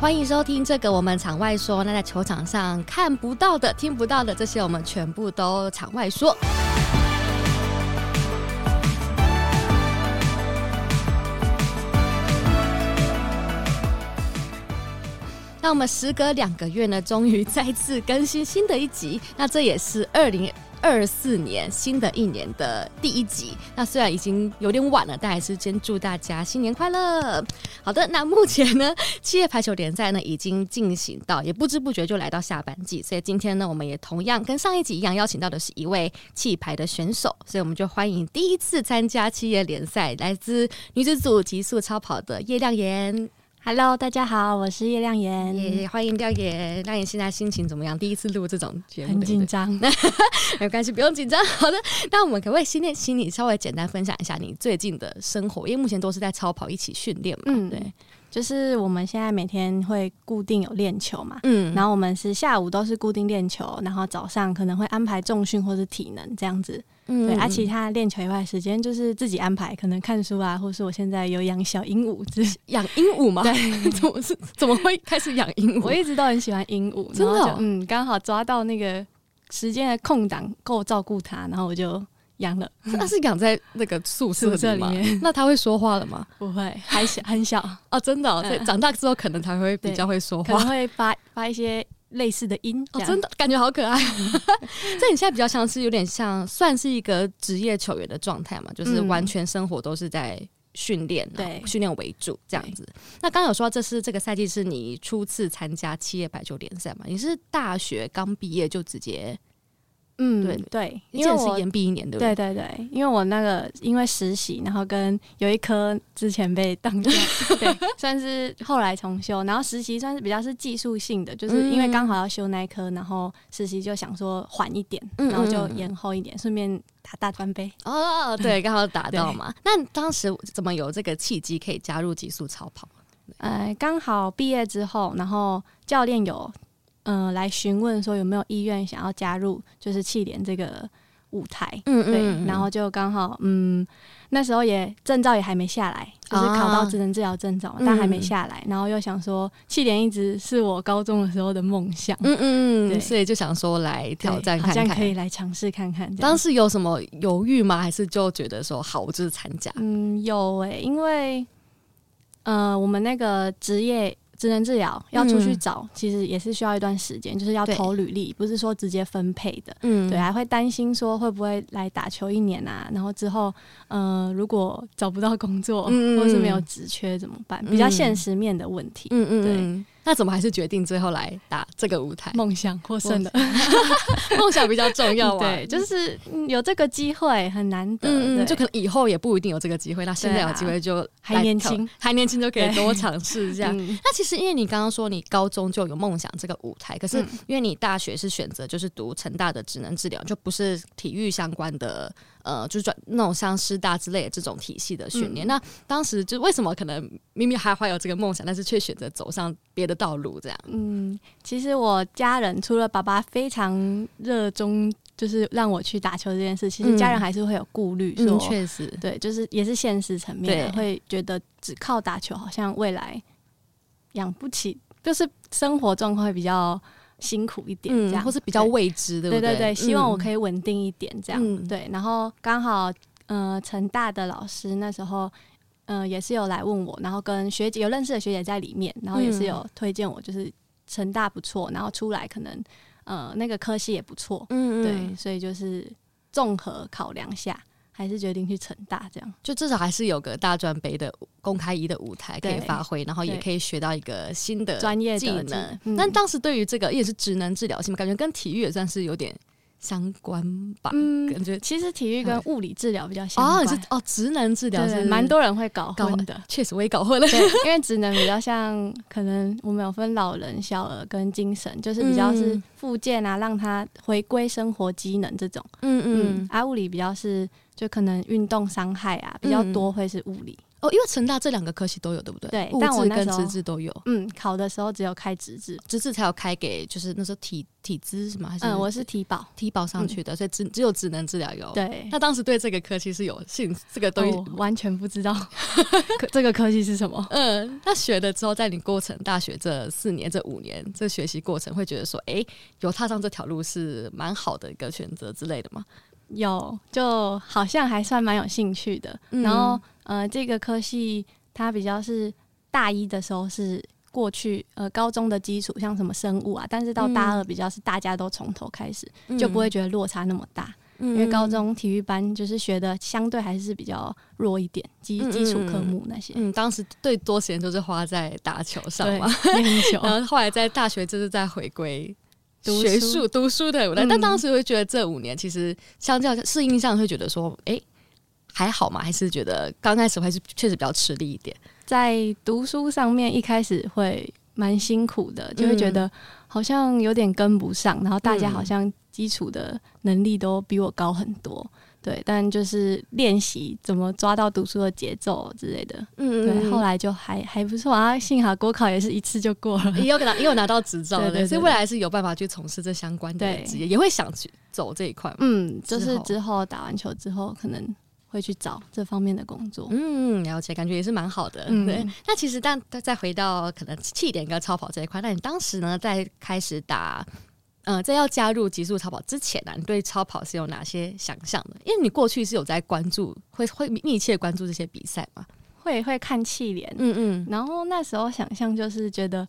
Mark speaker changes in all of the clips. Speaker 1: 欢迎收听这个我们场外说。那在球场上看不到的、听不到的这些，我们全部都场外说。那我们时隔两个月呢，终于再次更新新的一集。那这也是二零二四年新的一年的第一集。那虽然已经有点晚了，但还是先祝大家新年快乐。好的，那目前呢，七月排球联赛呢已经进行到，也不知不觉就来到下半季。所以今天呢，我们也同样跟上一集一样，邀请到的是一位弃牌的选手，所以我们就欢迎第一次参加七月联赛，来自女子组极速超跑的叶亮妍。
Speaker 2: Hello，大家好，我是叶亮妍，
Speaker 1: 也欢迎廖野，廖野现在心情怎么样？第一次录这种节目，
Speaker 2: 很紧
Speaker 1: 对不
Speaker 2: 张。
Speaker 1: 对没关系，不用紧张。好的，那我们可不可以先练心里稍微简单分享一下你最近的生活？因为目前都是在超跑一起训练嘛，
Speaker 2: 嗯
Speaker 1: 对，
Speaker 2: 就是我们现在每天会固定有练球嘛，
Speaker 1: 嗯，
Speaker 2: 然后我们是下午都是固定练球，然后早上可能会安排重训或是体能这样子。
Speaker 1: 嗯
Speaker 2: 对，啊，其他练球以外时间就是自己安排，可能看书啊，或是我现在有养小鹦鹉之 类。
Speaker 1: 养鹦鹉吗？
Speaker 2: 对，
Speaker 1: 怎么是怎么会开始养鹦
Speaker 2: 我
Speaker 1: 鹉？
Speaker 2: 一直都很喜欢鹦鹉，
Speaker 1: 真的哦
Speaker 2: 然后就嗯，刚好抓到那个时间的空档够照顾它，然后我就养了。
Speaker 1: 那是养在那个宿舍
Speaker 2: 宿舍
Speaker 1: 里吗
Speaker 2: 里？面
Speaker 1: 那它会说话了吗？
Speaker 2: 不会，还小，很小。
Speaker 1: 哦，真的哦，
Speaker 2: 嗯
Speaker 1: 所以长大之后可能才会比
Speaker 2: 对
Speaker 1: 较会说
Speaker 2: 可
Speaker 1: 话
Speaker 2: 能。会发发一些类似的音，
Speaker 1: 哦，真
Speaker 2: 的
Speaker 1: 的感觉好可爱。 这你现在比较像是有点像，算是一个职业球员的状态嘛，就是
Speaker 2: 嗯
Speaker 1: 完全生活都是在训练，
Speaker 2: 对
Speaker 1: 然后训练为主这样子。那刚刚有说到这是这个赛季是你初次参加企业排球联赛嘛？你是大学刚毕业就直接，
Speaker 2: 嗯
Speaker 1: 对
Speaker 2: 对，
Speaker 1: 你
Speaker 2: 因
Speaker 1: 之
Speaker 2: 为
Speaker 1: 前是
Speaker 2: 我
Speaker 1: 延毕一年对不
Speaker 2: 对
Speaker 1: 对？
Speaker 2: 对对，因为我那个因为实习，然后跟有一科之前被当 掉，对，算是后来重修，然后实习算是比较是技术性的，就是因为刚好要修那一科，然后实习就想说缓一点，
Speaker 1: 嗯
Speaker 2: 然后就
Speaker 1: 嗯嗯嗯
Speaker 2: 延后一点，顺便打大专杯。
Speaker 1: 哦，对，刚好打到嘛。那当时怎么有这个契机可以加入极速超跑？
Speaker 2: 呃，刚好毕业之后，然后教练有嗯、呃来询问说有没有意愿想要加入，就是气联这个舞台，
Speaker 1: 嗯
Speaker 2: 对，然后就刚好，嗯，那时候也证照也还没下来，就是考到
Speaker 1: 啊
Speaker 2: 职能治疗证照嘛，
Speaker 1: 嗯
Speaker 2: 但还没下来，然后又想说，气垫一直是我高中的时候的梦想，
Speaker 1: 嗯嗯
Speaker 2: 对
Speaker 1: 嗯，所以就想说来挑战
Speaker 2: 对
Speaker 1: 看看，
Speaker 2: 好像可以来尝试看看。这样
Speaker 1: 当时有什么犹豫吗？还是就觉得说好，我就是参加？
Speaker 2: 嗯，有诶、因为呃，我们那个职业职能治疗要出去
Speaker 1: 嗯
Speaker 2: 找，其实也是需要一段时间，就是要
Speaker 1: 对
Speaker 2: 投履历，不是说直接分配的。
Speaker 1: 嗯
Speaker 2: 对，，还会担心说会不会来打球一年啊，然后之后，呃，如果找不到工作，
Speaker 1: 嗯
Speaker 2: 或是没有职缺怎么办？比较现实面的问题，
Speaker 1: 嗯嗯嗯。那怎么还是决定最后来打这个舞 台？
Speaker 2: 梦、想获胜的，
Speaker 1: 梦想比较重 要啊。
Speaker 2: 对，就是嗯有这个机会很难得，
Speaker 1: 嗯嗯，
Speaker 2: 对
Speaker 1: 就可能以后也不一定有这个机会。那现在
Speaker 2: 对啊
Speaker 1: 有机会就
Speaker 2: 还
Speaker 1: 来
Speaker 2: 年
Speaker 1: 挑
Speaker 2: 轻，
Speaker 1: 还年轻就可以多尝试这样。
Speaker 2: 嗯
Speaker 1: 那其实，因为你刚刚说你高中就有梦想这个舞台，可是
Speaker 2: 嗯
Speaker 1: 因为你大学是选择就是读成大的职能治疗，就不是体育相关的，呃，就是转那种像师大之类的这种体系的训
Speaker 2: 嗯
Speaker 1: 练。那当时就为什么可能明明还怀有这个梦想，但是却选择走上别的道路这样？
Speaker 2: 嗯，其实我家人除了爸爸非常热衷，就是让我去打球这件事，其实
Speaker 1: 嗯
Speaker 2: 家人还是会有顾虑，说、
Speaker 1: 嗯，确实，
Speaker 2: 对，就是也是现实层面啊，
Speaker 1: 对
Speaker 2: 会觉得只靠打球好像未来养不起，就是生活状况会比较辛苦一点，
Speaker 1: 嗯，
Speaker 2: 这样、
Speaker 1: 或是比较
Speaker 2: 对
Speaker 1: 未知，对不
Speaker 2: 对
Speaker 1: 对
Speaker 2: 对对，希望我可
Speaker 1: 以，
Speaker 2: 以稳定一点这样。
Speaker 1: 嗯
Speaker 2: 对，然后刚好呃，成大的老师那时候。呃，也是有来问我，然后跟学姐有认识的学姐在里面，然后也
Speaker 1: 嗯
Speaker 2: 是有推荐我，就是成大不错，然后出来可能呃那个科系也不错，
Speaker 1: 嗯
Speaker 2: 对，，所以就是综合考量下，还是决定去成大这样。
Speaker 1: 就至少还是有个大专杯的公开一的舞台可以
Speaker 2: 对
Speaker 1: 发挥，然后也
Speaker 2: 对
Speaker 1: 可以学到一个新的
Speaker 2: 专业的
Speaker 1: 呃技能。
Speaker 2: 嗯
Speaker 1: 但当时对于这个也是职能治疗系嘛，感觉跟体育也算是有点相关吧，
Speaker 2: 嗯，
Speaker 1: 感觉
Speaker 2: 其实体育跟物理治疗比较
Speaker 1: 嗯
Speaker 2: 相
Speaker 1: 哦，
Speaker 2: 关，
Speaker 1: 你是哦，职能治疗
Speaker 2: 对
Speaker 1: 是
Speaker 2: 对，蛮，多人会搞混的。
Speaker 1: 确实我也搞混了。
Speaker 2: 对，因为职能比较像，可能我们有分老人、小儿跟精神，就是比较是
Speaker 1: 嗯
Speaker 2: 复健啊，让他回归生活机能这种。
Speaker 1: 嗯嗯，，
Speaker 2: 嗯啊，物理比较是就可能运动伤害啊比
Speaker 1: 嗯
Speaker 2: 较多会是物理。
Speaker 1: 哦，因为成大这两个科系都有，对不对？
Speaker 2: 对
Speaker 1: 物
Speaker 2: 但我
Speaker 1: 质
Speaker 2: 那
Speaker 1: 跟
Speaker 2: 时候
Speaker 1: 资质都有，
Speaker 2: 嗯，考的时候只有开直嗯至，
Speaker 1: 资质才有开给就是那时候体体资是吗？还是
Speaker 2: 嗯，我是体保，
Speaker 1: 体保上去的，所以只只有职能治疗有。，
Speaker 2: 对，
Speaker 1: 那当时对这个科系是有兴这个东西。
Speaker 2: 哦我完全不 知道科这个科技是什么。
Speaker 1: 嗯，那学了之后，在你过程大学这四年、这五年这学习过程，会觉得说，诶，有踏上这条路是蛮好的一个选择之类的吗？
Speaker 2: 有，就好像还算蛮有兴趣的。
Speaker 1: 嗯
Speaker 2: 然后呃，这个科系它比较是大一的时候是过去呃高中的基础，像什么生物啊，但是到大
Speaker 1: 嗯
Speaker 2: 二比较是大家都从头开始，就不会觉得落差那么大。
Speaker 1: 因
Speaker 2: 因为高中体育班就是学的相对还是比较弱一点，基
Speaker 1: 嗯嗯
Speaker 2: 基础
Speaker 1: 嗯
Speaker 2: 科目那些。啊
Speaker 1: 嗯，当时最多时间都是花在打球上
Speaker 2: 对
Speaker 1: 嘛，，
Speaker 2: 练 球。
Speaker 1: 然后后来在大学就是在回归
Speaker 2: 读
Speaker 1: 学
Speaker 2: 书
Speaker 1: 术读书的舞台，
Speaker 2: 嗯
Speaker 1: 但当时会觉得这五年其实相较适应上会觉得说，诶，还好嘛，还是觉得刚开始还是确实比较吃力一点。
Speaker 2: 在读书上面一开始会蛮辛苦的，就会觉得好像有点跟不上，然后大家
Speaker 1: 嗯
Speaker 2: 好像基础的能力都比我高很多。对，但就是练习怎么抓到读书的节奏之类的，
Speaker 1: 嗯
Speaker 2: 对，后
Speaker 1: 来
Speaker 2: 来就还还不错啊。幸好国考也是一次就过 了，
Speaker 1: 也有给他也有拿到执照
Speaker 2: 对对
Speaker 1: 的，
Speaker 2: 对
Speaker 1: 所以未来是有办法去从事这相关的
Speaker 2: 对
Speaker 1: 职业，也会想去走这一块嘛。
Speaker 2: 嗯，就是
Speaker 1: 之后
Speaker 2: 之后打完球之后，可能会去找这方面的工作。
Speaker 1: 嗯，了解，感觉也是蛮好的。
Speaker 2: 嗯
Speaker 1: 对，那其实但再回到可能气点跟超跑这一块，那你当时呢，在开始打，呃，在要加入极速超跑之前啊呢、你对超跑是有哪些想象的？因为你过去是有在关注，会会密切关注这些比赛嘛？
Speaker 2: 会会看气脸，
Speaker 1: 嗯嗯，
Speaker 2: 然后那时候想象就是觉得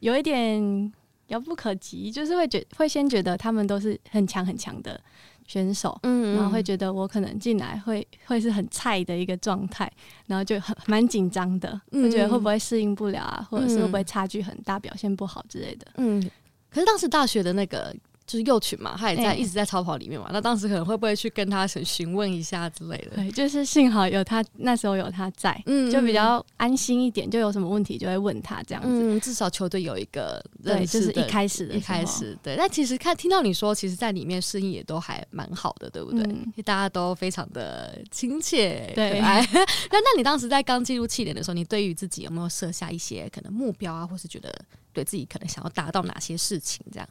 Speaker 2: 有一点遥不可及，就是会觉会先觉得他们都是很强很强的选手，
Speaker 1: 嗯
Speaker 2: 然后会觉得我可能进来会会是很菜的一个状态，然后就很蛮紧张的，
Speaker 1: 嗯
Speaker 2: 会觉得会不会适应不了啊，或者是
Speaker 1: 嗯
Speaker 2: 会不会差距很大，表现不好之类的。
Speaker 1: 嗯，可是当时大学的那个。就是幼群嘛，他也在、
Speaker 2: 哎
Speaker 1: 一直在超跑里面嘛。那当时可能会不会去跟他询问一下之类的？
Speaker 2: 对，就是幸好有他那时候有他在，
Speaker 1: 嗯
Speaker 2: 就比较安心一点，就有什么问题就会问他这样子。
Speaker 1: 嗯，至少球队有一个
Speaker 2: 对，
Speaker 1: 认
Speaker 2: 就
Speaker 1: 识
Speaker 2: 是一
Speaker 1: 的
Speaker 2: 开始的
Speaker 1: 一开
Speaker 2: 时候，
Speaker 1: 始对，但其实看听到你说，其实在里面适应也都还蛮好的，对不对？
Speaker 2: 嗯，
Speaker 1: 大家都非常的亲切，
Speaker 2: 对
Speaker 1: 可爱。 那那你当时在刚进入气联的时候，你对于自己有没有设下一些可能目标啊，或是觉得对自己可能想要达到哪些事情这样？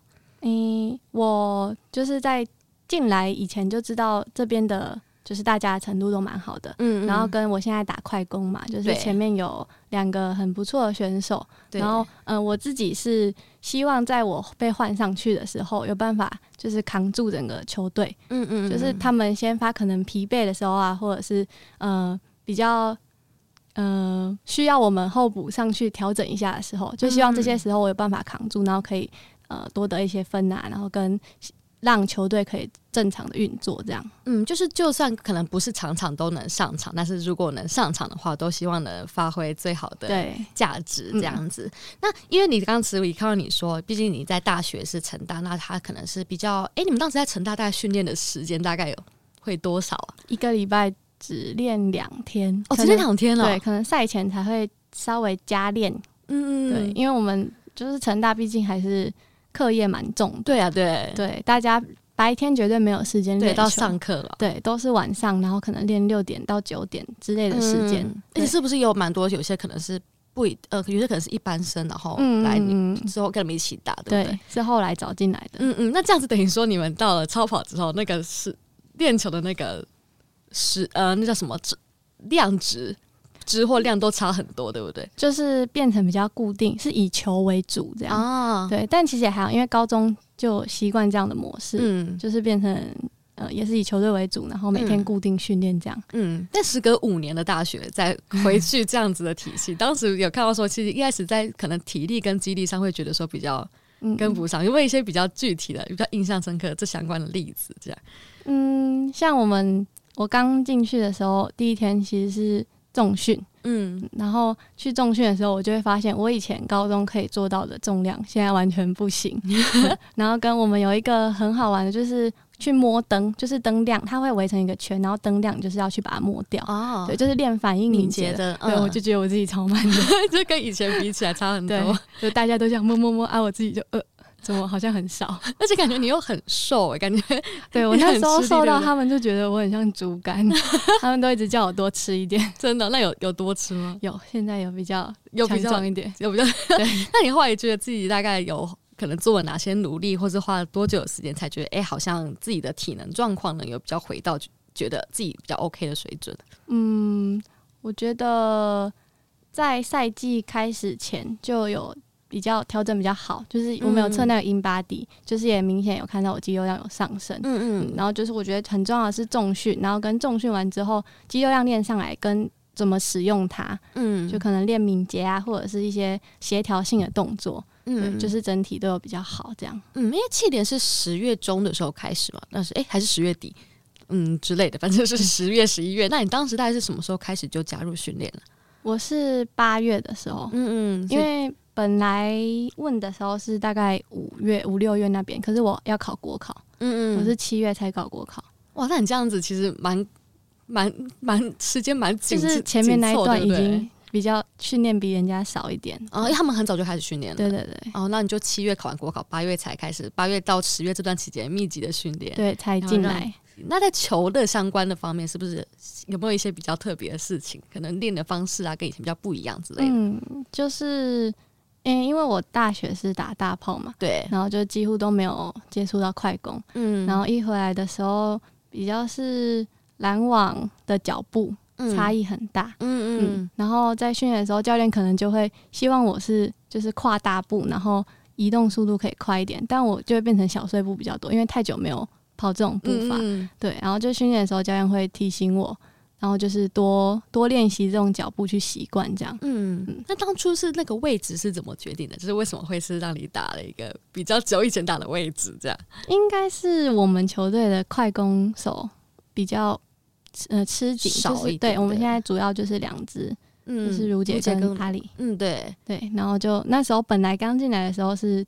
Speaker 2: 嗯，我就是在进来以前就知道这边的，就是大家的程度都蛮好的。
Speaker 1: 嗯
Speaker 2: 然后跟我现在打快攻嘛，就是
Speaker 1: 对
Speaker 2: 前面有两个很不错的选手，
Speaker 1: 对
Speaker 2: 然后嗯、呃我自己是希望在我被换上去的时候，有办法就是扛住整个球队，
Speaker 1: 嗯嗯，
Speaker 2: 就是他们先发可能疲惫的时候啊，或者是呃比较呃需要我们候补上去调整一下的时候，就
Speaker 1: 嗯
Speaker 2: 希望这些时候我有办法扛住，然后可以呃多得一些分啊，然后跟让球队可以正常的运作这样。
Speaker 1: 嗯，就是就算可能不是场场都能上场，但是如果能上场的话，都希望能发挥最好的
Speaker 2: 对，
Speaker 1: 价值这样子。那因为你刚刚词语看到你说，毕竟你在大学是成大，那他可能是比较，哎、你们当时在成大大概训练的时间大概有会多少啊？
Speaker 2: 一个礼拜只练两天，
Speaker 1: 哦，
Speaker 2: 可
Speaker 1: 只
Speaker 2: 能
Speaker 1: 练两天了、
Speaker 2: 对，可能赛前才会稍微加练，
Speaker 1: 嗯，嗯嗯，
Speaker 2: 对，因为我们就是成大，毕竟还是课业蛮重的，
Speaker 1: 对啊，对
Speaker 2: 对，大家白天绝对没有时间
Speaker 1: 对，
Speaker 2: 练
Speaker 1: 到
Speaker 2: 球
Speaker 1: 上课了。
Speaker 2: 对，都是晚上，然后可能练六点到九点之类的时间。
Speaker 1: 嗯而
Speaker 2: 对
Speaker 1: 且是不是有蛮多有些可能是不一呃，有些可能是一般生，然后
Speaker 2: 嗯，
Speaker 1: 来你
Speaker 2: 嗯嗯
Speaker 1: 之后跟你们一起打，对不对？
Speaker 2: 对，是后来找进来的。
Speaker 1: 嗯嗯，那这样子等于说你们到了超跑之后，那个是练球的那个时呃，那叫什么值量值值或量都差很多，对不对？
Speaker 2: 就是变成比较固定，是以球为主这样。
Speaker 1: 啊，
Speaker 2: 对，但其实也还好，因为高中就习惯这样的模式，
Speaker 1: 嗯
Speaker 2: 就是变成呃也是以球队为主，然后每天
Speaker 1: 嗯
Speaker 2: 固定训练这样。
Speaker 1: 嗯。但时隔五年的大学再回去这样子的体系，当时有看到说，其实一开始在可能体力跟肌力上会觉得说比较
Speaker 2: 嗯，
Speaker 1: 跟不上，因为一些比较具体的、比较印象深刻的这相关的例子，这样。
Speaker 2: 嗯，像我们我刚进去的时候，第一天其实是重训，
Speaker 1: 嗯，
Speaker 2: 然后去重训的时候，我就会发现我以前高中可以做到的重量，现在完全不行。 然后跟我们有一个很好玩的，就是去摸灯，就是灯亮，它会围成一个圈，然后灯亮就是要去把它摸掉。
Speaker 1: 哦
Speaker 2: 对，，就是练反应
Speaker 1: 敏
Speaker 2: 敏
Speaker 1: 捷
Speaker 2: 捷的。
Speaker 1: 的，
Speaker 2: 对，
Speaker 1: 嗯
Speaker 2: 我就觉得我 自己超慢的。
Speaker 1: 就跟以前比起来差很
Speaker 2: 对
Speaker 1: 多。，
Speaker 2: 就大家都这样摸摸摸啊，我自己就呃怎么好像很少？
Speaker 1: 而且感觉你又很瘦、欸，感觉
Speaker 2: 对我
Speaker 1: 你
Speaker 2: 那
Speaker 1: 很
Speaker 2: 时候
Speaker 1: 吃力
Speaker 2: 瘦
Speaker 1: 对
Speaker 2: 到
Speaker 1: 不对
Speaker 2: 他们就觉得我很像竹竿， 他们都一直叫我多吃一点。
Speaker 1: 真的。那有有多吃吗？
Speaker 2: 有现在有比较
Speaker 1: 有比
Speaker 2: 强
Speaker 1: 较
Speaker 2: 壮一点，
Speaker 1: 有比较。 那你后来觉得自己大概有可能做了哪些努力，或是花了多久的时间，才觉得哎、好像自己的体能状况呢有比较回到觉得自己比较 OK 的水准？
Speaker 2: 嗯，我觉得在赛季开始前就有比较调整比较好，就是我们有
Speaker 1: 嗯
Speaker 2: 测那个 in body，、就是也明显有看到我肌肉量有上升。
Speaker 1: 嗯
Speaker 2: 然后就是我觉得很重要的是重训，然后跟重训完之后，肌肉量练上来跟怎么使用它，
Speaker 1: 嗯
Speaker 2: 就可能练敏捷啊，或者是一些协调性的动作，对，
Speaker 1: 嗯
Speaker 2: 就是整体都有比较好这样。
Speaker 1: 嗯，因为气点是十月中的时候开始嘛，那是哎、还是十月底。嗯，之类的，反正是十月、十一月。那你当时大概是什么时候开始就加入训练了？
Speaker 2: 我是八月的时候，
Speaker 1: 嗯嗯，
Speaker 2: 因为本来问的时候是大概五月、五六月那边，可是我要考国考，
Speaker 1: 嗯嗯，
Speaker 2: 我是七月才考国考，
Speaker 1: 哇，那你这样子其实蛮蛮蛮时间蛮
Speaker 2: 就
Speaker 1: 紧，
Speaker 2: 是前面那一段已
Speaker 1: 紧凑对不对
Speaker 2: 经比较训练比人家少一点。
Speaker 1: 哦，因为他们很早就开始训练了。
Speaker 2: 对对对
Speaker 1: 哦，那你就七月考完国考，八月才开始，八月到十月这段期间密集的训练。
Speaker 2: 对，才进来。
Speaker 1: 那在球的相关的方面，是不是有没有一些比较特别的事情？可能练的方式啊，跟以前比较不一样之类的。
Speaker 2: 嗯，就是嗯，因为我大学是打大炮嘛，
Speaker 1: 对，
Speaker 2: 然后就几乎都没有接触到快攻，
Speaker 1: 嗯
Speaker 2: 然后一回来的时候比较是拦网的脚步差
Speaker 1: 异，
Speaker 2: 异很大。
Speaker 1: 嗯
Speaker 2: 嗯
Speaker 1: 嗯，
Speaker 2: 然后在训练的时候，教练可能就会希望我是就是跨大步，然后移动速度可以快一点，但我就会变成小碎步比较多，因为太久没有跑这种步
Speaker 1: 嗯
Speaker 2: 伐。
Speaker 1: 嗯
Speaker 2: 对，然后就训练的时候，教练会提醒我，然后就是多多练习这种脚步去习惯这样。
Speaker 1: 嗯嗯。那当初是那个位置是怎么决定的？就是为什么会是让你打了一个比较久以前打的位置？这样，
Speaker 2: 应该是我们球队的快攻手比较呃吃紧，
Speaker 1: 少
Speaker 2: 就是
Speaker 1: 一点
Speaker 2: 对我们
Speaker 1: 对
Speaker 2: 现在主要就是两支，
Speaker 1: 嗯
Speaker 2: 就是如姐跟阿里。
Speaker 1: 嗯，对，
Speaker 2: 对，然后就那时候本来刚进来的时候是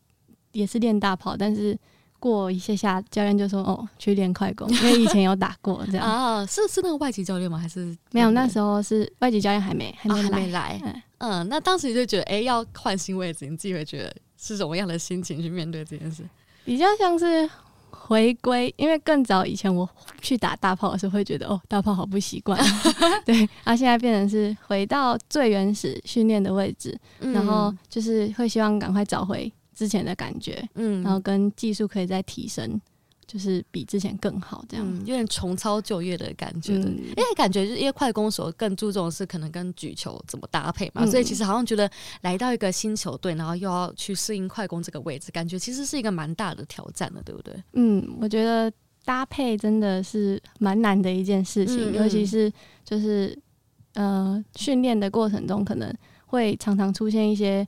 Speaker 2: 也是练大跑，但是过一下下教练就说哦去练快攻，因为以前有打过这样。
Speaker 1: 啊，是是那个外籍教练吗？还是
Speaker 2: 没有，那时候是外籍教练还没还
Speaker 1: 啊
Speaker 2: 没
Speaker 1: 还
Speaker 2: 来，
Speaker 1: 没来。
Speaker 2: 嗯
Speaker 1: 嗯，那当时就觉得，哎、要换新位置，你自己会觉得是什么样的心情去面对这件事？
Speaker 2: 比较像是回归，因为更早以前我去打大炮的时候会觉得哦大炮好不习 惯，对，然后现在变成是回到最原始训练的位置，
Speaker 1: 嗯
Speaker 2: 然后就是会希望赶快找回之前的感觉，
Speaker 1: 嗯，嗯
Speaker 2: 然后跟技术可以再提升，就是比之前更好这样。
Speaker 1: 嗯，有点重操旧业的感觉的。
Speaker 2: 嗯
Speaker 1: 因为感觉就是因为快攻手更注重的是可能跟举球怎么搭配嘛，
Speaker 2: 嗯
Speaker 1: 所以其实好像觉得来到一个新球队，然后又要去适应快攻这个位置，感觉其实是一个蛮大的挑战的，对不对？
Speaker 2: 嗯，我觉得搭配真的是蛮难的一件事情，
Speaker 1: 嗯嗯
Speaker 2: 尤其是就是呃训练的过程中，可能会常常出现一些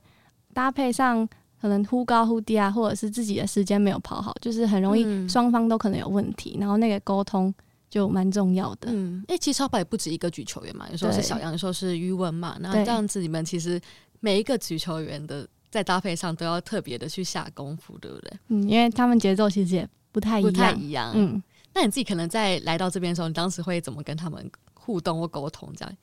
Speaker 2: 搭配上可能忽高忽低啊，或者是自己的时间没有跑好，就是很容易
Speaker 1: 嗯
Speaker 2: 双方都可能有问题，然后那个沟通就蛮重要的。
Speaker 1: 嗯，因为其实超跑也不止一个举球员嘛，有时候是
Speaker 2: 对
Speaker 1: 小杨，有时候是余文嘛，那
Speaker 2: 对
Speaker 1: 这样子你们其实每一个举球员的在搭配上都要特别的去下功夫，对不对？
Speaker 2: 嗯，因为他们节奏其实也不太一
Speaker 1: 不太
Speaker 2: 样。
Speaker 1: 一样。嗯，
Speaker 2: 嗯，
Speaker 1: 那你自己可能在来到这边的时候，你当时会怎么跟他们互动或沟通？这样，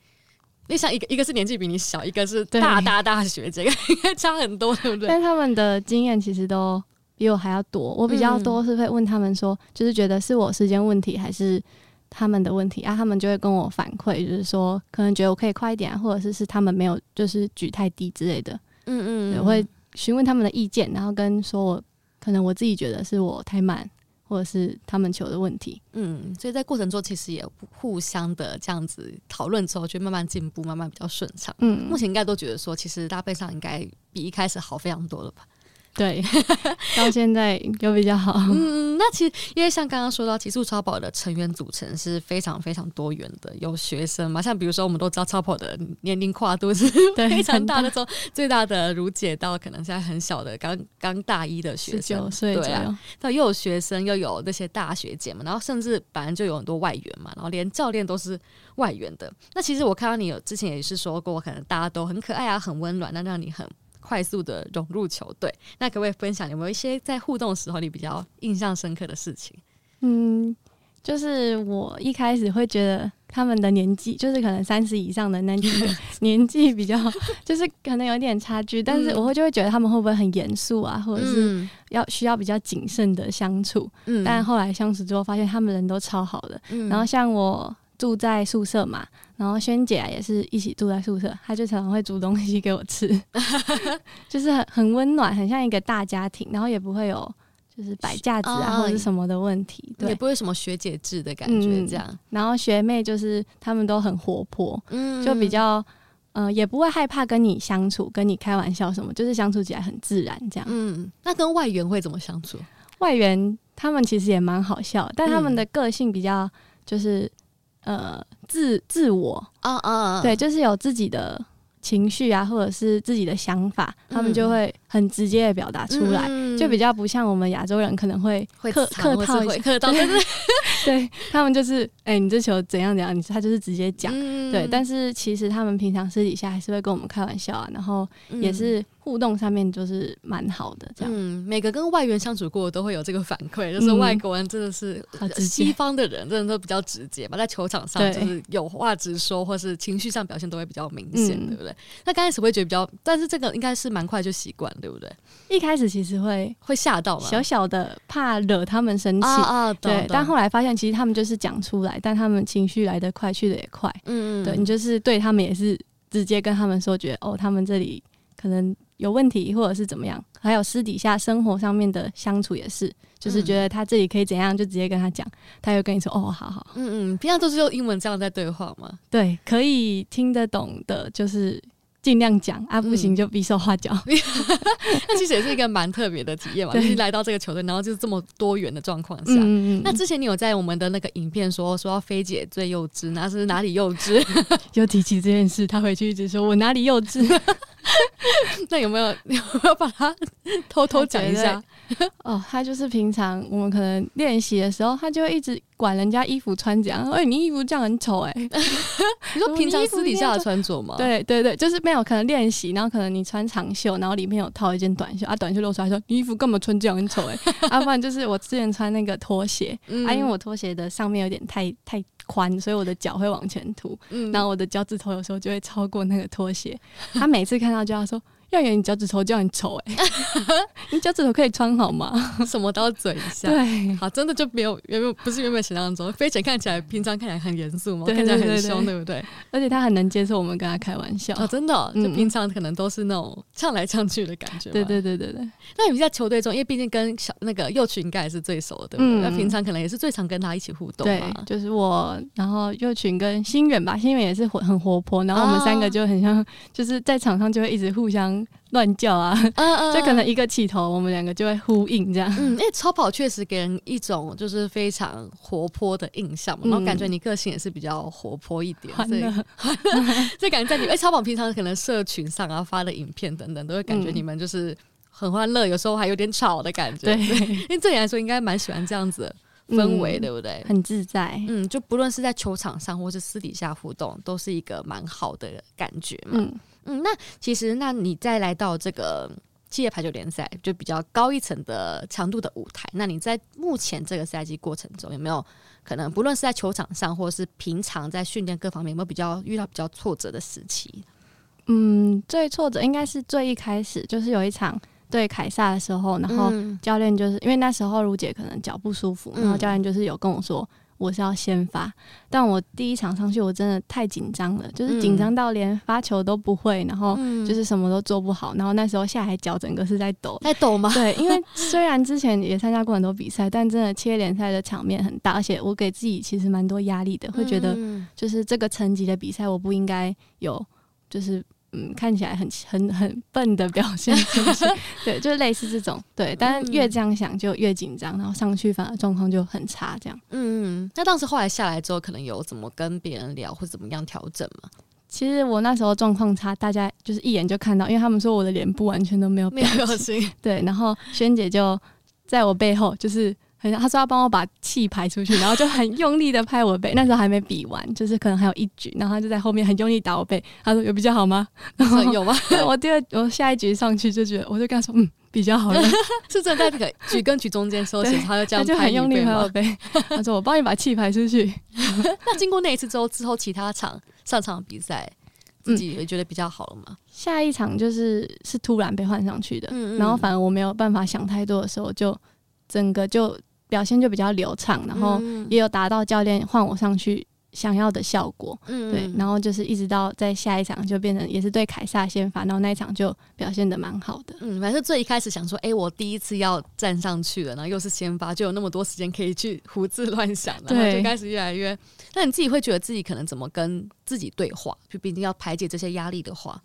Speaker 1: 你想一个一个是年纪比你小，一个是
Speaker 2: 对
Speaker 1: 大大大学姐，应该差很多，对不对？
Speaker 2: 但他们的经验其实都比我还要多。我比
Speaker 1: 嗯
Speaker 2: 较多是会问他们说，就是觉得是我时间问题还是他们的问题啊？他们就会跟我反馈，就是说可能觉得我可以快一点、啊，或者是是他们没有就是举太低之类的。
Speaker 1: 嗯
Speaker 2: 对我会询问他们的意见，然后跟说我可能我自己觉得是我太慢，或者是他们球的问题。
Speaker 1: 嗯，所以在过程中其实也互相的这样子讨论之后，就慢慢进步，慢慢比较顺畅。
Speaker 2: 嗯
Speaker 1: 目，前应该都觉得说，其实搭配上应该比一开始好非常多了吧？
Speaker 2: 对， 到现在就比较好。
Speaker 1: 嗯，那其实因为像刚刚说到极速超跑的成员组成是非常非常多元的，有学生嘛，像比如说我们都知道超跑的年龄跨度是
Speaker 2: 对
Speaker 1: 非常大
Speaker 2: 很
Speaker 1: 的，从最大的如姐到可能现在很小的刚刚大一的学
Speaker 2: 十九
Speaker 1: 生，
Speaker 2: 岁左
Speaker 1: 对啊
Speaker 2: 右。
Speaker 1: 到又有学生又有那些大学姐嘛，然后甚至本来就有很多外援嘛，然后连教练都是外援的。那其实我看到你有之前也是说过，可能大家都很可爱啊，很温暖，那让你很快速的融入球队。那可不可以分享有没有一些在互动的时候你比较印象深刻的事情？
Speaker 2: 嗯，就是我一开始会觉得他们的年纪，就是可能三十以上的那几 个年纪比较， 就是可能有点差距，但是我会就会觉得他们会不会很严肃啊，或者是
Speaker 1: 嗯
Speaker 2: 要需要比较谨慎的相处。
Speaker 1: 嗯
Speaker 2: 但后来相处之后，发现他们人都超好的。
Speaker 1: 嗯
Speaker 2: 然后像我住在宿舍嘛，然后萱姐啊也是一起住在宿舍，她就常常会煮东西给我 吃，就是很很温暖，很像一个大家庭，然后也不会有就是摆架子啊、
Speaker 1: 哦
Speaker 2: 或者什么的问题。
Speaker 1: 也
Speaker 2: 对，
Speaker 1: 不会什么学姐制的感觉，
Speaker 2: 嗯
Speaker 1: 这样
Speaker 2: 然后学妹就是她们都很活泼，
Speaker 1: 嗯
Speaker 2: 就比较。呃，也不会害怕跟你相处，跟你开玩笑什么，就是相处起来很自然这样。
Speaker 1: 嗯，那跟外援会怎么相处？
Speaker 2: 外援他们其实也蛮好笑，但他们
Speaker 1: 嗯
Speaker 2: 的个性比较就是、呃自自我，
Speaker 1: 啊啊
Speaker 2: 对，，就是有自己的情绪啊，或者是自己的想法，他们就会很直接的表达出来，
Speaker 1: 嗯
Speaker 2: 就比较不像我们亚洲人可能会
Speaker 1: 会
Speaker 2: 客
Speaker 1: 藏
Speaker 2: 客
Speaker 1: 或是
Speaker 2: 套一
Speaker 1: 会
Speaker 2: 下
Speaker 1: 客套，对对
Speaker 2: 对他们就是，哎、你这球怎样怎样，你他就是直接 讲。
Speaker 1: 讲
Speaker 2: 对，但是其实他们平常私底下还是会跟我们开玩笑啊，然后也是互动上面就是蛮好的，这样、
Speaker 1: 嗯，每个跟外援相处过的都会有这个反馈，就是
Speaker 2: 嗯
Speaker 1: 外国人真的是、呃
Speaker 2: 好直
Speaker 1: 西
Speaker 2: 接。
Speaker 1: 方的人真的都比较直接吧，在球场上
Speaker 2: 对
Speaker 1: 就是有话直说，或是情绪上表现都会比较明显，
Speaker 2: 嗯
Speaker 1: 对不对？那刚开始会觉得比较，但是这个应该是蛮快就习惯，对不对？
Speaker 2: 一开始其实会
Speaker 1: 会吓到吗？
Speaker 2: 小小的怕惹他们生气，
Speaker 1: 啊啊，懂
Speaker 2: 对，
Speaker 1: 懂
Speaker 2: 但后来发现其实他们就是讲出来，但他们情绪来得快，去得也快。
Speaker 1: 嗯嗯
Speaker 2: 对你就是对他们也是直接跟他们说，觉得哦，他们这里可能有问题，或者是怎么样。还有私底下生活上面的相处也是，就是
Speaker 1: 嗯
Speaker 2: 觉得他这里可以怎样，就直接跟他讲，他又跟你说哦，好好，
Speaker 1: 嗯嗯，平常都是用英文这样在对话吗？
Speaker 2: 对，可以听得懂的，就是尽量讲啊，不行
Speaker 1: 嗯
Speaker 2: 就比手画 脚。
Speaker 1: 那其实也是一个蛮特别的体 验嘛，就
Speaker 2: 对
Speaker 1: 是来到这个球队，然后就是这么多元的状况下。
Speaker 2: 嗯，嗯嗯
Speaker 1: 那之前你有在我们的那个影片说说到菲姐最幼稚，那是哪里幼稚？
Speaker 2: 又提起这件事，他回去一直说我哪里幼稚，
Speaker 1: 那有没 有有没有把它偷偷讲一下？
Speaker 2: 哦，他就是平常我们可能练习的时候，他就会一直管人家衣服穿怎样。哎、你衣服这样很丑 哎、
Speaker 1: 你说平常私底下的穿着吗？，
Speaker 2: 啊对对对，就是没有可能练习，然后可能你穿长袖，然后里面有套一件短袖啊，短袖露出来说你衣服干嘛穿这样很丑 哎、啊，不然就是我之前穿那个拖鞋、
Speaker 1: 嗯
Speaker 2: 啊，因为我拖鞋的上面有点太太宽，所以我的脚会往前凸，
Speaker 1: 嗯
Speaker 2: 然后我的脚趾头有时候就会超过那个拖 鞋。他每次看到就要说。要演你脚趾头这样很丑 哎、你脚趾头可以穿好吗？
Speaker 1: 什么都要嘴一 下。
Speaker 2: 对，
Speaker 1: 好，真的就没有原本不是原本想象中，菲姐看起来平常看起来很严肃嘛，
Speaker 2: 对
Speaker 1: 看起来
Speaker 2: 对
Speaker 1: 很
Speaker 2: 对
Speaker 1: 凶，
Speaker 2: 对
Speaker 1: 对不对？
Speaker 2: 而且他很能接受我们跟他开玩笑。
Speaker 1: 哦，真的哦，就
Speaker 2: 嗯
Speaker 1: 平常可能都是那种呛来呛去的感觉。
Speaker 2: 对。对对对对，
Speaker 1: 那你们在球队中，因为毕竟跟小那个幼群应该也是最熟的，对不对？
Speaker 2: 嗯
Speaker 1: 那平常可能也是最常跟他一起互动
Speaker 2: 对
Speaker 1: 嘛，。
Speaker 2: 就是我，然后幼群跟心远吧，心远也是活很活泼，然后我们三
Speaker 1: 啊
Speaker 2: 个就很像，就是在场上就会一直互相乱叫啊，
Speaker 1: 嗯嗯
Speaker 2: 就可能一个起头，我们两个就会呼应这样。
Speaker 1: 嗯，因为超跑确实给人一种就是非常活泼的印象嘛，
Speaker 2: 嗯
Speaker 1: 然后感觉你个性也是比较活泼一点，
Speaker 2: 欢
Speaker 1: 所以
Speaker 2: 乐
Speaker 1: 这感觉在你，哎，超跑平常可能社群上啊发的影片等等，都会感觉
Speaker 2: 嗯
Speaker 1: 你们就是很欢乐，有时候还有点吵的感觉。
Speaker 2: 对，，
Speaker 1: 因为对你来说应该蛮喜欢这样子的氛围，
Speaker 2: 嗯
Speaker 1: 对不对？
Speaker 2: 很自在。
Speaker 1: 嗯，就不论是在球场上或是私底下互动，都是一个蛮好的感觉嘛。
Speaker 2: 嗯，
Speaker 1: 嗯，那其实那你再来到这个企业排球联赛，就比较高一层的强度的舞台。那你在目前这个赛季过程中，有没有可能不论是在球场上，或是平常在训练各方面，有没有比较遇到比较挫折的时期？
Speaker 2: 嗯，最挫折应该是最一开始，就是有一场对凯撒的时候，然后
Speaker 1: 嗯
Speaker 2: 教练就是因为那时候如姐可能脚不舒服，
Speaker 1: 嗯
Speaker 2: 然后教练就是有跟我说我是要先发，但我第一场上去我真的太紧张了，就是紧张到连发球都不会，然后
Speaker 1: 嗯
Speaker 2: 就是什么都做不好，然后那时候下海脚整个是在抖。
Speaker 1: 在抖吗？
Speaker 2: 对，因为虽然之前也参加过很多比赛，但真的企业联赛的场面很大，而且我给自己其实蛮多压力的，会觉得
Speaker 1: 嗯
Speaker 2: 就是这个层级的比赛，我不应该有就是嗯看起来很很很笨的表现， 是不是？对，就是类似这种对，但是越这样想就越紧张，然后上去反而状况就很差，这样。
Speaker 1: 嗯，那当时后来下来之后，可能有怎么跟别人聊，或怎么样调整吗？
Speaker 2: 其实我那时候状况差，大家就是一眼就看到，因为他们说我的脸部完全都没有
Speaker 1: 没
Speaker 2: 表
Speaker 1: 有
Speaker 2: 情。
Speaker 1: 心，
Speaker 2: 对，然后萱姐就在我背后，就是很他说要帮我把气排 出去，然后就很用力的拍我背，那时候还没比完，就是可能还有一局，然后他就在后面很用力打我背，他说有比较好吗？然后
Speaker 1: 说有吗？
Speaker 2: 我第二我下一局上去就觉得，我就跟他说嗯比较 好了，
Speaker 1: 是真的在这个举跟举中间休息，
Speaker 2: 对
Speaker 1: 他就这
Speaker 2: 他
Speaker 1: 样
Speaker 2: 就
Speaker 1: 拍
Speaker 2: 很
Speaker 1: 你
Speaker 2: 用力
Speaker 1: 背
Speaker 2: 拍
Speaker 1: 吗
Speaker 2: 我背， 他说我帮你把气排出去，
Speaker 1: 那经过那一次之后，之后其他场上场比赛，自己也觉得比较好了嘛？
Speaker 2: 下一场就是是突然被换上去的，
Speaker 1: 嗯嗯
Speaker 2: 然后反而我没有办法想太多的时候，就整个就表现就比较流畅，然后
Speaker 1: 嗯
Speaker 2: 也有达到教练换我上去想要的效果。
Speaker 1: 嗯
Speaker 2: 对，然后就是一直到在下一场就变成也是对凯撒先发，然后那一场就表现的蛮好的。
Speaker 1: 嗯，反正最一开始想说，哎、我第一次要站上去了，然后又是先发，就有那么多时间可以去胡思乱想，然后
Speaker 2: 对
Speaker 1: 就开始越来越。那你自己会觉得自己可能怎么跟自己对话？就毕竟要排解这些压力的 话，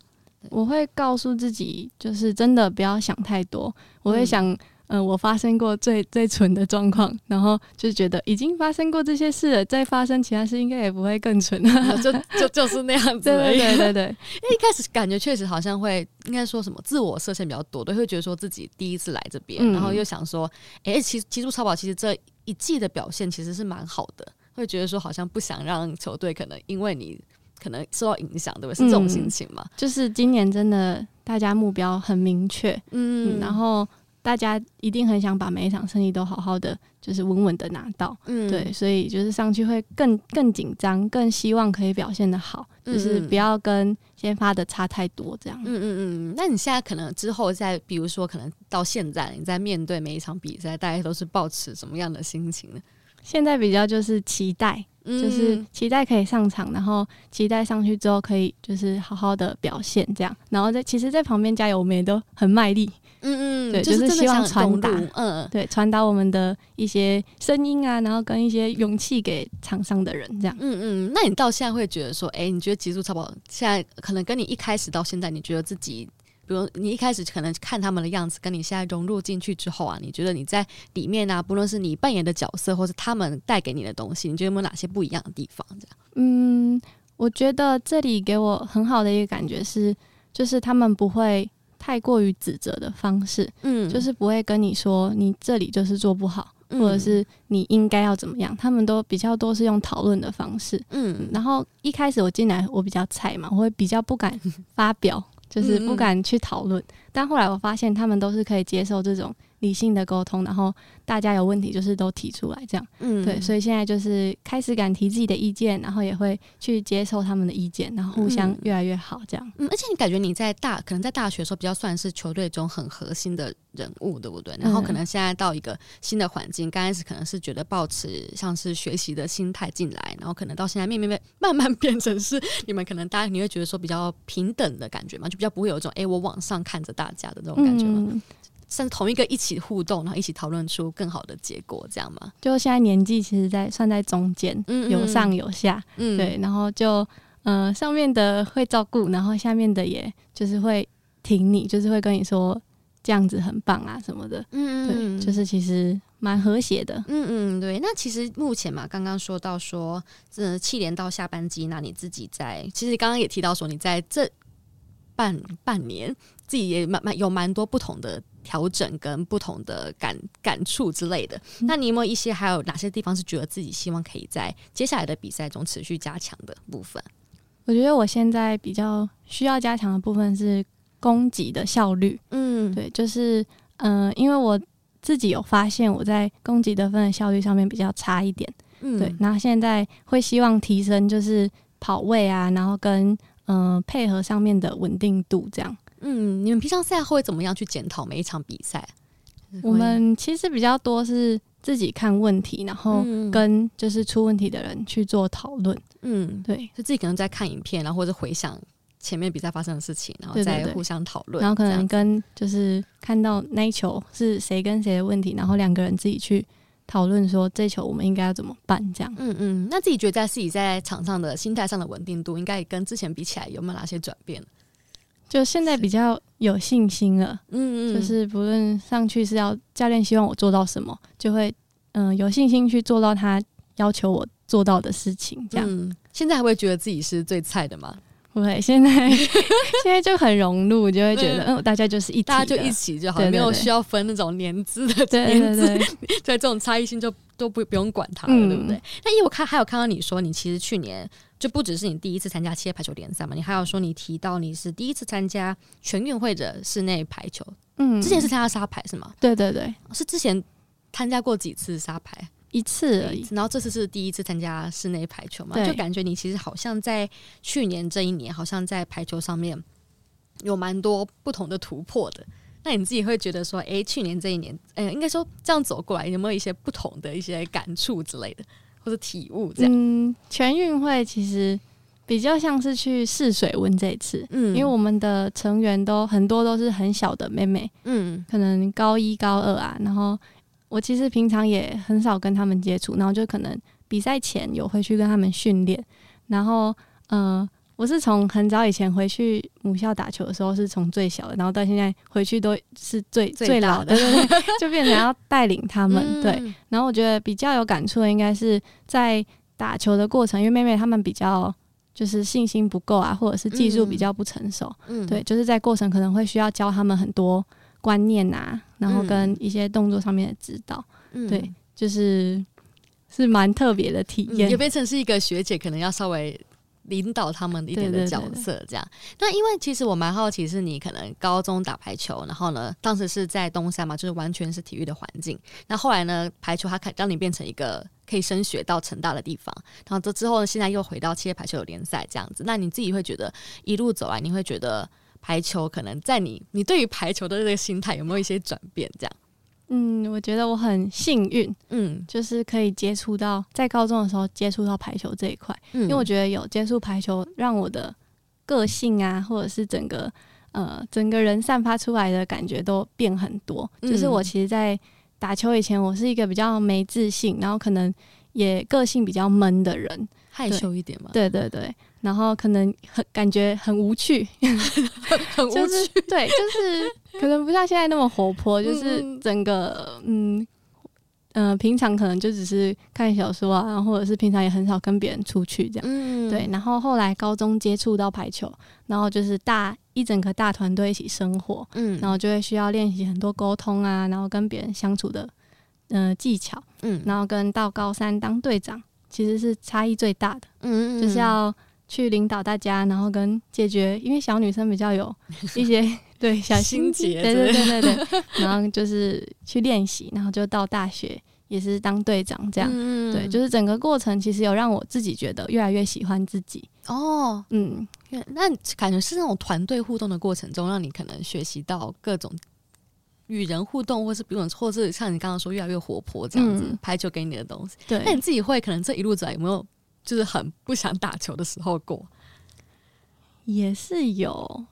Speaker 2: 我会告诉自己，就是真的不要想太多。我会想，嗯、我发生过最最蠢的状况，然后就觉得已经发生过这些事了，再发生其他事应该也不会更蠢。啊
Speaker 1: 然后就就就是那样子
Speaker 2: 对
Speaker 1: 而已。
Speaker 2: 对对对对，
Speaker 1: 一开始感觉确实好像会，应该说什么自我设限比较多，都会觉得说自己第一次来这边，
Speaker 2: 嗯
Speaker 1: 然后又想说，哎、其实其实超宝其实这一季的表现其实是蛮好的，会觉得说好像不想让球队可能因为你可能受到影响，对不对？是这种
Speaker 2: 嗯
Speaker 1: 心情嘛？
Speaker 2: 就是今年真的大家目标很明确，
Speaker 1: 嗯
Speaker 2: 嗯，然后大家一定很想把每一场胜利都好好的，就是稳稳的拿到。
Speaker 1: 嗯
Speaker 2: 对，所以就是上去会更更紧张，更希望可以表现的好，就是
Speaker 1: 嗯嗯
Speaker 2: 不要跟先发的差太多这样。
Speaker 1: 嗯嗯嗯，那你现在可能之后再，比如说可能到现在，你在面对每一场比赛，大家都是抱持什么样的心情呢？
Speaker 2: 现在比较就是期待，
Speaker 1: 嗯
Speaker 2: 就是期待可以上场，然后期待上去之后可以就是好好的表现这样。然后在其实，在旁边加油，我们也都很卖力，
Speaker 1: 嗯嗯，
Speaker 2: 对
Speaker 1: 就是
Speaker 2: 就
Speaker 1: 真
Speaker 2: 是
Speaker 1: 的
Speaker 2: 希望
Speaker 1: 想
Speaker 2: 传
Speaker 1: 融
Speaker 2: 达
Speaker 1: 入嗯，
Speaker 2: 对，传达我们的一些声音啊，然后跟一些勇气给场上的人这样。
Speaker 1: 嗯嗯，那你到现在会觉得说，哎、你觉得极速超跑现在可能跟你一开始到现在，你觉得自己，比如你一开始可能看他们的样子，跟你现在融入进去之后啊，你觉得你在里面啊，不论是你扮演的角色，或是他们带给你的东西，你觉得有没有哪些不一样的地方？这样，
Speaker 2: 嗯，我觉得这里给我很好的一个感觉是，就是他们不会太过于指责的方式，
Speaker 1: 嗯
Speaker 2: 就是不会跟你说你这里就是做不好，或者，是你应该要怎么样，他们都比较多是用讨论的方式。
Speaker 1: 嗯
Speaker 2: 然后一开始我进来我比较菜嘛，我会比较不 敢发表，就是不敢去讨
Speaker 1: 嗯
Speaker 2: 论。但后来我发现他们都是可以接受这种理性的沟通，然后大家有问题就是都提出来这样。
Speaker 1: 嗯
Speaker 2: 对，所以现在就是开始敢提自己的意见，然后也会去接受他们的意见，然后互相
Speaker 1: 嗯
Speaker 2: 越来越好这样。
Speaker 1: 嗯，而且你感觉你在大可能在大学的时候比较算是球队中很核心的人物，对不对？然后
Speaker 2: 嗯
Speaker 1: 可能现在到一个新的环境，刚开始可能是觉得抱持像是学习的心态进来，然后可能到现在慢慢慢慢 慢变成是你们可能大家你会觉得说比较平等的感觉嘛，就比较不会有一种哎、诶我往上看着大家的这种感觉嘛，
Speaker 2: 嗯，
Speaker 1: 甚至同一个一起互动，然后一起讨论出更好的结果，这样嘛。
Speaker 2: 就现在年纪其实在算在中间，
Speaker 1: 嗯
Speaker 2: 有上有下，
Speaker 1: 嗯，
Speaker 2: 对，然后就呃上面的会照顾，然后下面的也就是会挺你，就是会跟你说这样子很棒啊什么的，
Speaker 1: 嗯
Speaker 2: 对，就是其实蛮和谐的。
Speaker 1: 嗯嗯，对。那其实目前嘛，刚刚说到说，呃，七连到下班机，那你自己在，其实刚刚也提到说，你在这半半年，自己也蛮蛮有蛮多不同的调整跟不同的感感触之类的。
Speaker 2: 嗯
Speaker 1: 那你有没有一些还有哪些地方是觉得自己希望可以在接下来的比赛中持续加强的部分？
Speaker 2: 我觉得我现在比较需要加强的部分是攻击的效率，
Speaker 1: 嗯，
Speaker 2: 对，就是嗯、呃因为我自己有发现我在攻击得分的效率上面比较差一点，
Speaker 1: 嗯
Speaker 2: 对，那现在会希望提升就是跑位啊，然后跟嗯、呃配合上面的稳定度这样。
Speaker 1: 嗯，你们平常赛后会怎么样去检讨每一场比赛？
Speaker 2: 我们其实比较多是自己看问题，然后
Speaker 1: 嗯
Speaker 2: 哦跟就是出问题的人去做讨论，
Speaker 1: 嗯，
Speaker 2: 对，
Speaker 1: 就自己可能在看影片，然后或者回想前面比赛发生的事情，然后
Speaker 2: 对对
Speaker 1: 再
Speaker 2: 对
Speaker 1: 互相讨论，
Speaker 2: 然后可
Speaker 1: 这
Speaker 2: 能
Speaker 1: 样
Speaker 2: 跟就是看到那一球是谁跟谁的问题，然后两个人自己去讨论说这球我们应该要怎么办这样。
Speaker 1: 嗯嗯，那自己觉得在自己在场上的心态上的稳定度，应该也跟之前比起来有没有哪些转变？
Speaker 2: 就现在比较有信心了，
Speaker 1: 嗯嗯，
Speaker 2: 就是不论上去是要教练希望我做到什么，就会嗯、有信心去做到他要求我做到的事情。这样、
Speaker 1: 嗯嗯，现在还会觉得自己是最菜的吗？
Speaker 2: 不会，现在 现在就很融入，就会觉得嗯，大家就是一体的，
Speaker 1: 大家就一起就好，
Speaker 2: 对对
Speaker 1: 没有
Speaker 2: 对
Speaker 1: 需要分那种年资的
Speaker 2: 对
Speaker 1: 年
Speaker 2: 对
Speaker 1: 资，
Speaker 2: 对，
Speaker 1: 对这种差异性就都不不用管它了，
Speaker 2: 嗯
Speaker 1: 对不对？那因为我看还有看到你说，你其实去年就不只是你第一次参加企业排球联赛嘛，你还有说你提到你是第一次参加全运会的室内排球，
Speaker 2: 嗯，
Speaker 1: 之前是参加沙排是吗？
Speaker 2: 对对对，
Speaker 1: 是之前参加过几次沙排？
Speaker 2: 一次而已。
Speaker 1: 然后这次是第一次参加室内排球嘛，
Speaker 2: 对
Speaker 1: 就感觉你其实好像在去年这一年，好像在排球上面有蛮多不同的突破的。那你自己会觉得说，诶，去年这一年，哎、应该说这样走过来，有没有一些不同的一些感触之类的，或者体悟这样？
Speaker 2: 嗯，全运会其实比较像是去试水温这一次，
Speaker 1: 嗯
Speaker 2: 因为我们的成员都很多都是很小的妹妹，
Speaker 1: 嗯
Speaker 2: 可能高一高二啊，然后我其实平常也很少跟他们接触，然后就可能比赛前有会去跟他们训练，然后呃，我是从很早以前回去母校打球的时候是从最小的，然后到现在回去都是最
Speaker 1: 最
Speaker 2: 最
Speaker 1: 大
Speaker 2: 老
Speaker 1: 的
Speaker 2: 的，对对对，就变成要带领他们，对，
Speaker 1: 嗯
Speaker 2: 然后我觉得比较有感触的应该是在打球的过程，因为妹妹她们比较就是信心不够啊，或者是技术比较不成熟，
Speaker 1: 嗯
Speaker 2: 对，就是在过程可能会需要教她们很多观念啊，然后跟一些动作上面的指导，
Speaker 1: 嗯
Speaker 2: 对就是是蛮特别的体
Speaker 1: 嗯
Speaker 2: 验
Speaker 1: 也。变成是一个学姐，可能要稍微领导他们一点的
Speaker 2: 对对对
Speaker 1: 角色这样。那因为其实我蛮好奇，是你可能高中打排球，然后呢，当时是在东山嘛，就是完全是体育的环境。那后来呢，排球它可让你变成一个可以升学到成大的地方，然后这之后呢，现在又回到企业排球的联赛这样子。那你自己会觉得一路走来，你会觉得排球可能在你你对于排球的这个心态有没有一些转变？这样，
Speaker 2: 嗯，我觉得我很幸运，
Speaker 1: 嗯
Speaker 2: 就是可以接触到在高中的时候接触到排球这一块。
Speaker 1: 嗯，
Speaker 2: 因为我觉得有接触排球，让我的个性啊，或者是整个呃整个人散发出来的感觉都变很多。
Speaker 1: 嗯
Speaker 2: 就是我其实，在打球以前，我是一个比较没自信，然后可能也个性比较闷的人。
Speaker 1: 害羞一点嘛，
Speaker 2: 对对对，然后可能很感觉很无趣，
Speaker 1: 很无
Speaker 2: 就
Speaker 1: 趣
Speaker 2: 是 对，就是可能不像现在那么活泼，就
Speaker 1: 嗯
Speaker 2: 是整个嗯。呃，平常可能就只是看小说啊，或者是平常也很少跟别人出去这样。
Speaker 1: 嗯
Speaker 2: 对，然后后来高中接触到排球，然后就是大一整个大团队一起生活，
Speaker 1: 嗯
Speaker 2: 然后就会需要练习很多沟通啊，然后跟别人相处的呃技巧，
Speaker 1: 嗯
Speaker 2: 然后跟到高三当队长其实是差异最大的，
Speaker 1: 嗯
Speaker 2: 就是要去领导大家，然后跟解决，因为小女生比较 有一些对小
Speaker 1: 心结
Speaker 2: 对
Speaker 1: 之
Speaker 2: 对对对对， 然后就是去练习，然后就到大学也是当队长这样。
Speaker 1: 嗯
Speaker 2: 对，就是整个过程其实有让我自己觉得越来越喜欢自己，
Speaker 1: 哦，
Speaker 2: 嗯，
Speaker 1: 原那感觉是那种团队互动的过程中，让你可能学习到各种与人互动，或是比如或是像你刚刚说越来越活泼这样子，
Speaker 2: 嗯
Speaker 1: 排球给你的东西。那
Speaker 2: 对，
Speaker 1: 你自己会可能这一路走来有没有就是很不想打球的时候过？
Speaker 2: 也是有，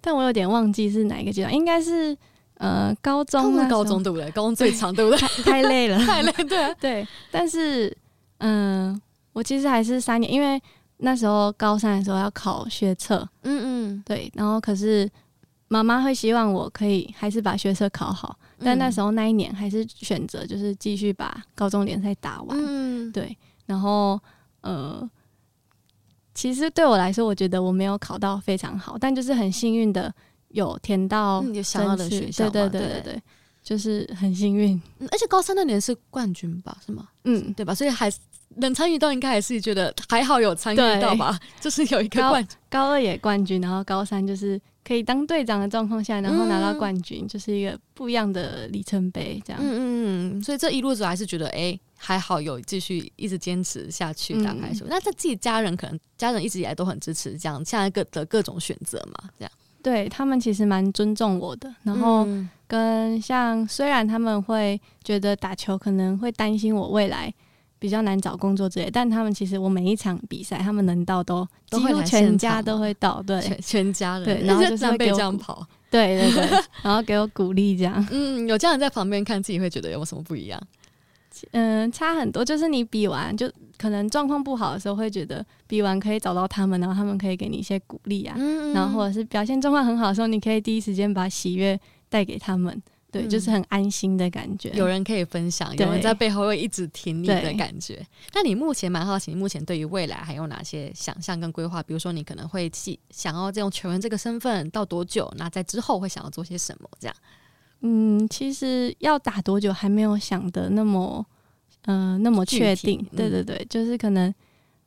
Speaker 2: 但我有点忘记是哪一个阶段，应该是呃高中
Speaker 1: 通
Speaker 2: 那
Speaker 1: 常
Speaker 2: 时候
Speaker 1: 高中对不对？高中最长对不对？
Speaker 2: 太累了，
Speaker 1: 太累对啊，
Speaker 2: 对，但是嗯、我其实还是三年，因为那时候高三的时候要考学测，
Speaker 1: 嗯嗯。
Speaker 2: 对，然后可是妈妈会希望我可以还是把学测考好，但那时
Speaker 1: 候，
Speaker 2: 候那一年还是选择就是继续把高中联赛打完，
Speaker 1: 嗯，
Speaker 2: 对，然后呃，其实对我来说，我觉得我没有考到非常好，但就是很幸运的有填到
Speaker 1: 嗯有想要的
Speaker 2: 正式
Speaker 1: 学校嘛
Speaker 2: 对
Speaker 1: 对
Speaker 2: 对对对对，就是很幸运，
Speaker 1: 嗯而且高三那年是冠军吧，是吗？
Speaker 2: 嗯，
Speaker 1: 对吧？所以还是能参与到，应该还是觉得还好有参与到吧， 就是有一个
Speaker 2: 高
Speaker 1: 冠军，
Speaker 2: 高二也冠军，然后高三就是可以当队长的状况下，然后拿到冠军，就是一个不一样的里程碑，这样，
Speaker 1: 嗯嗯嗯，所以这一路走还是觉得，哎、还好有继续一直坚持下去打排球。那在自己家人可能家人一直以来都很支持这样现在各的各种选择嘛，这样。
Speaker 2: 对他们其实蛮尊重我的，然后。
Speaker 1: 嗯
Speaker 2: 跟像虽然他们会觉得打球可能会担心我未来比较难找工作之类，但他们其实我每一场比赛，他们能到都
Speaker 1: 都
Speaker 2: 几
Speaker 1: 会
Speaker 2: 乎
Speaker 1: 来现
Speaker 2: 全
Speaker 1: 场吗
Speaker 2: 家都会到，对
Speaker 1: 呃全全家人，
Speaker 2: 对然后就是
Speaker 1: 这样
Speaker 2: 会
Speaker 1: 被
Speaker 2: 给
Speaker 1: 这
Speaker 2: 我
Speaker 1: 样跑，
Speaker 2: 对对对，然后给我鼓励这样，
Speaker 1: 嗯，有家人在旁边看，自己会觉得有什么不一样？
Speaker 2: 嗯，差很多。就是你比完就可能状况不好的时候，会觉得比完可以找到他们，然后他们可以给你一些鼓励啊，
Speaker 1: 嗯
Speaker 2: 然后或者是表现状况很好的时候，你可以第一时间把喜悦带给他们，对，
Speaker 1: 嗯
Speaker 2: 就是很安心的感觉。
Speaker 1: 有人可以分享，
Speaker 2: 对
Speaker 1: 有人在背后会一直挺你的
Speaker 2: 对
Speaker 1: 感觉。那你目前蛮好奇，你目前对于未来还有哪些想象跟规划？比如说，你可能会去想要用球员这个身份到多久？那在之后会想要做些什么？这样，
Speaker 2: 嗯，其实要打多久还没有想的那么，呃，那么
Speaker 1: 具
Speaker 2: 确
Speaker 1: 体
Speaker 2: 定。对
Speaker 1: 嗯
Speaker 2: 对对，就是可能，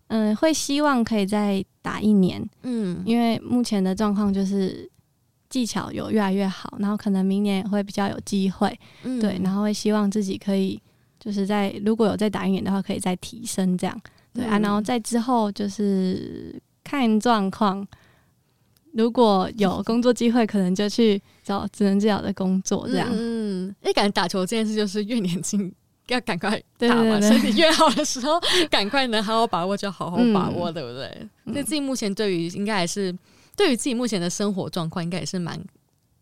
Speaker 2: 嗯、会希望可以再打一年，
Speaker 1: 嗯
Speaker 2: 因为目前的状况就是技巧有越来越好，然后可能明年也会比较有机会。
Speaker 1: 嗯
Speaker 2: 对，然后会希望自己可以就是在如果有再打一年的话，可以再提升这样。对、啊，
Speaker 1: 嗯
Speaker 2: 然后在之后就是看状况，如果有工作机会，可能就去找职能治疗的工作这样。
Speaker 1: 嗯，哎、感觉打球这件事就是越年轻。要赶快
Speaker 2: 对
Speaker 1: 打完
Speaker 2: 对对
Speaker 1: 身体越好的时候，赶快能好好把握就好好把握，对不对？
Speaker 2: 嗯
Speaker 1: 所以自己目前对于应该还是对于自己目前的生活状况，应该也是蛮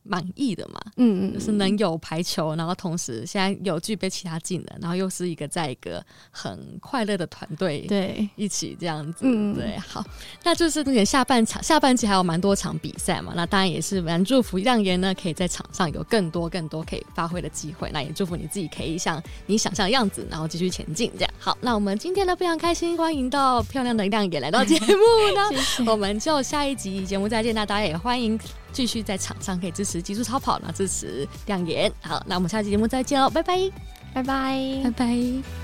Speaker 1: 满意的嘛。
Speaker 2: 嗯嗯，
Speaker 1: 就是能有排球，然后同时现在有具备其他技能，然后又是一个在一个很快乐的团队
Speaker 2: 对，
Speaker 1: 一起这样子，
Speaker 2: 嗯
Speaker 1: 对，好，那就是那个下半场下半季还有蛮多场比赛嘛，那当然也是蛮祝福亮言呢可以在场上有更多更多可以发挥的机会，那也祝福你自己可以像你想象的样子，然后继续前进，这样好，那我们今天呢非常开心，欢迎到漂亮的亮言来到节目呢，
Speaker 2: 谢谢。
Speaker 1: 我们就下一集节目再见，那大家也欢迎继续在场上可以支持极速超跑，那支持亮眼。好，那我们下期节目再见哦，拜拜，
Speaker 2: 拜拜
Speaker 1: 拜。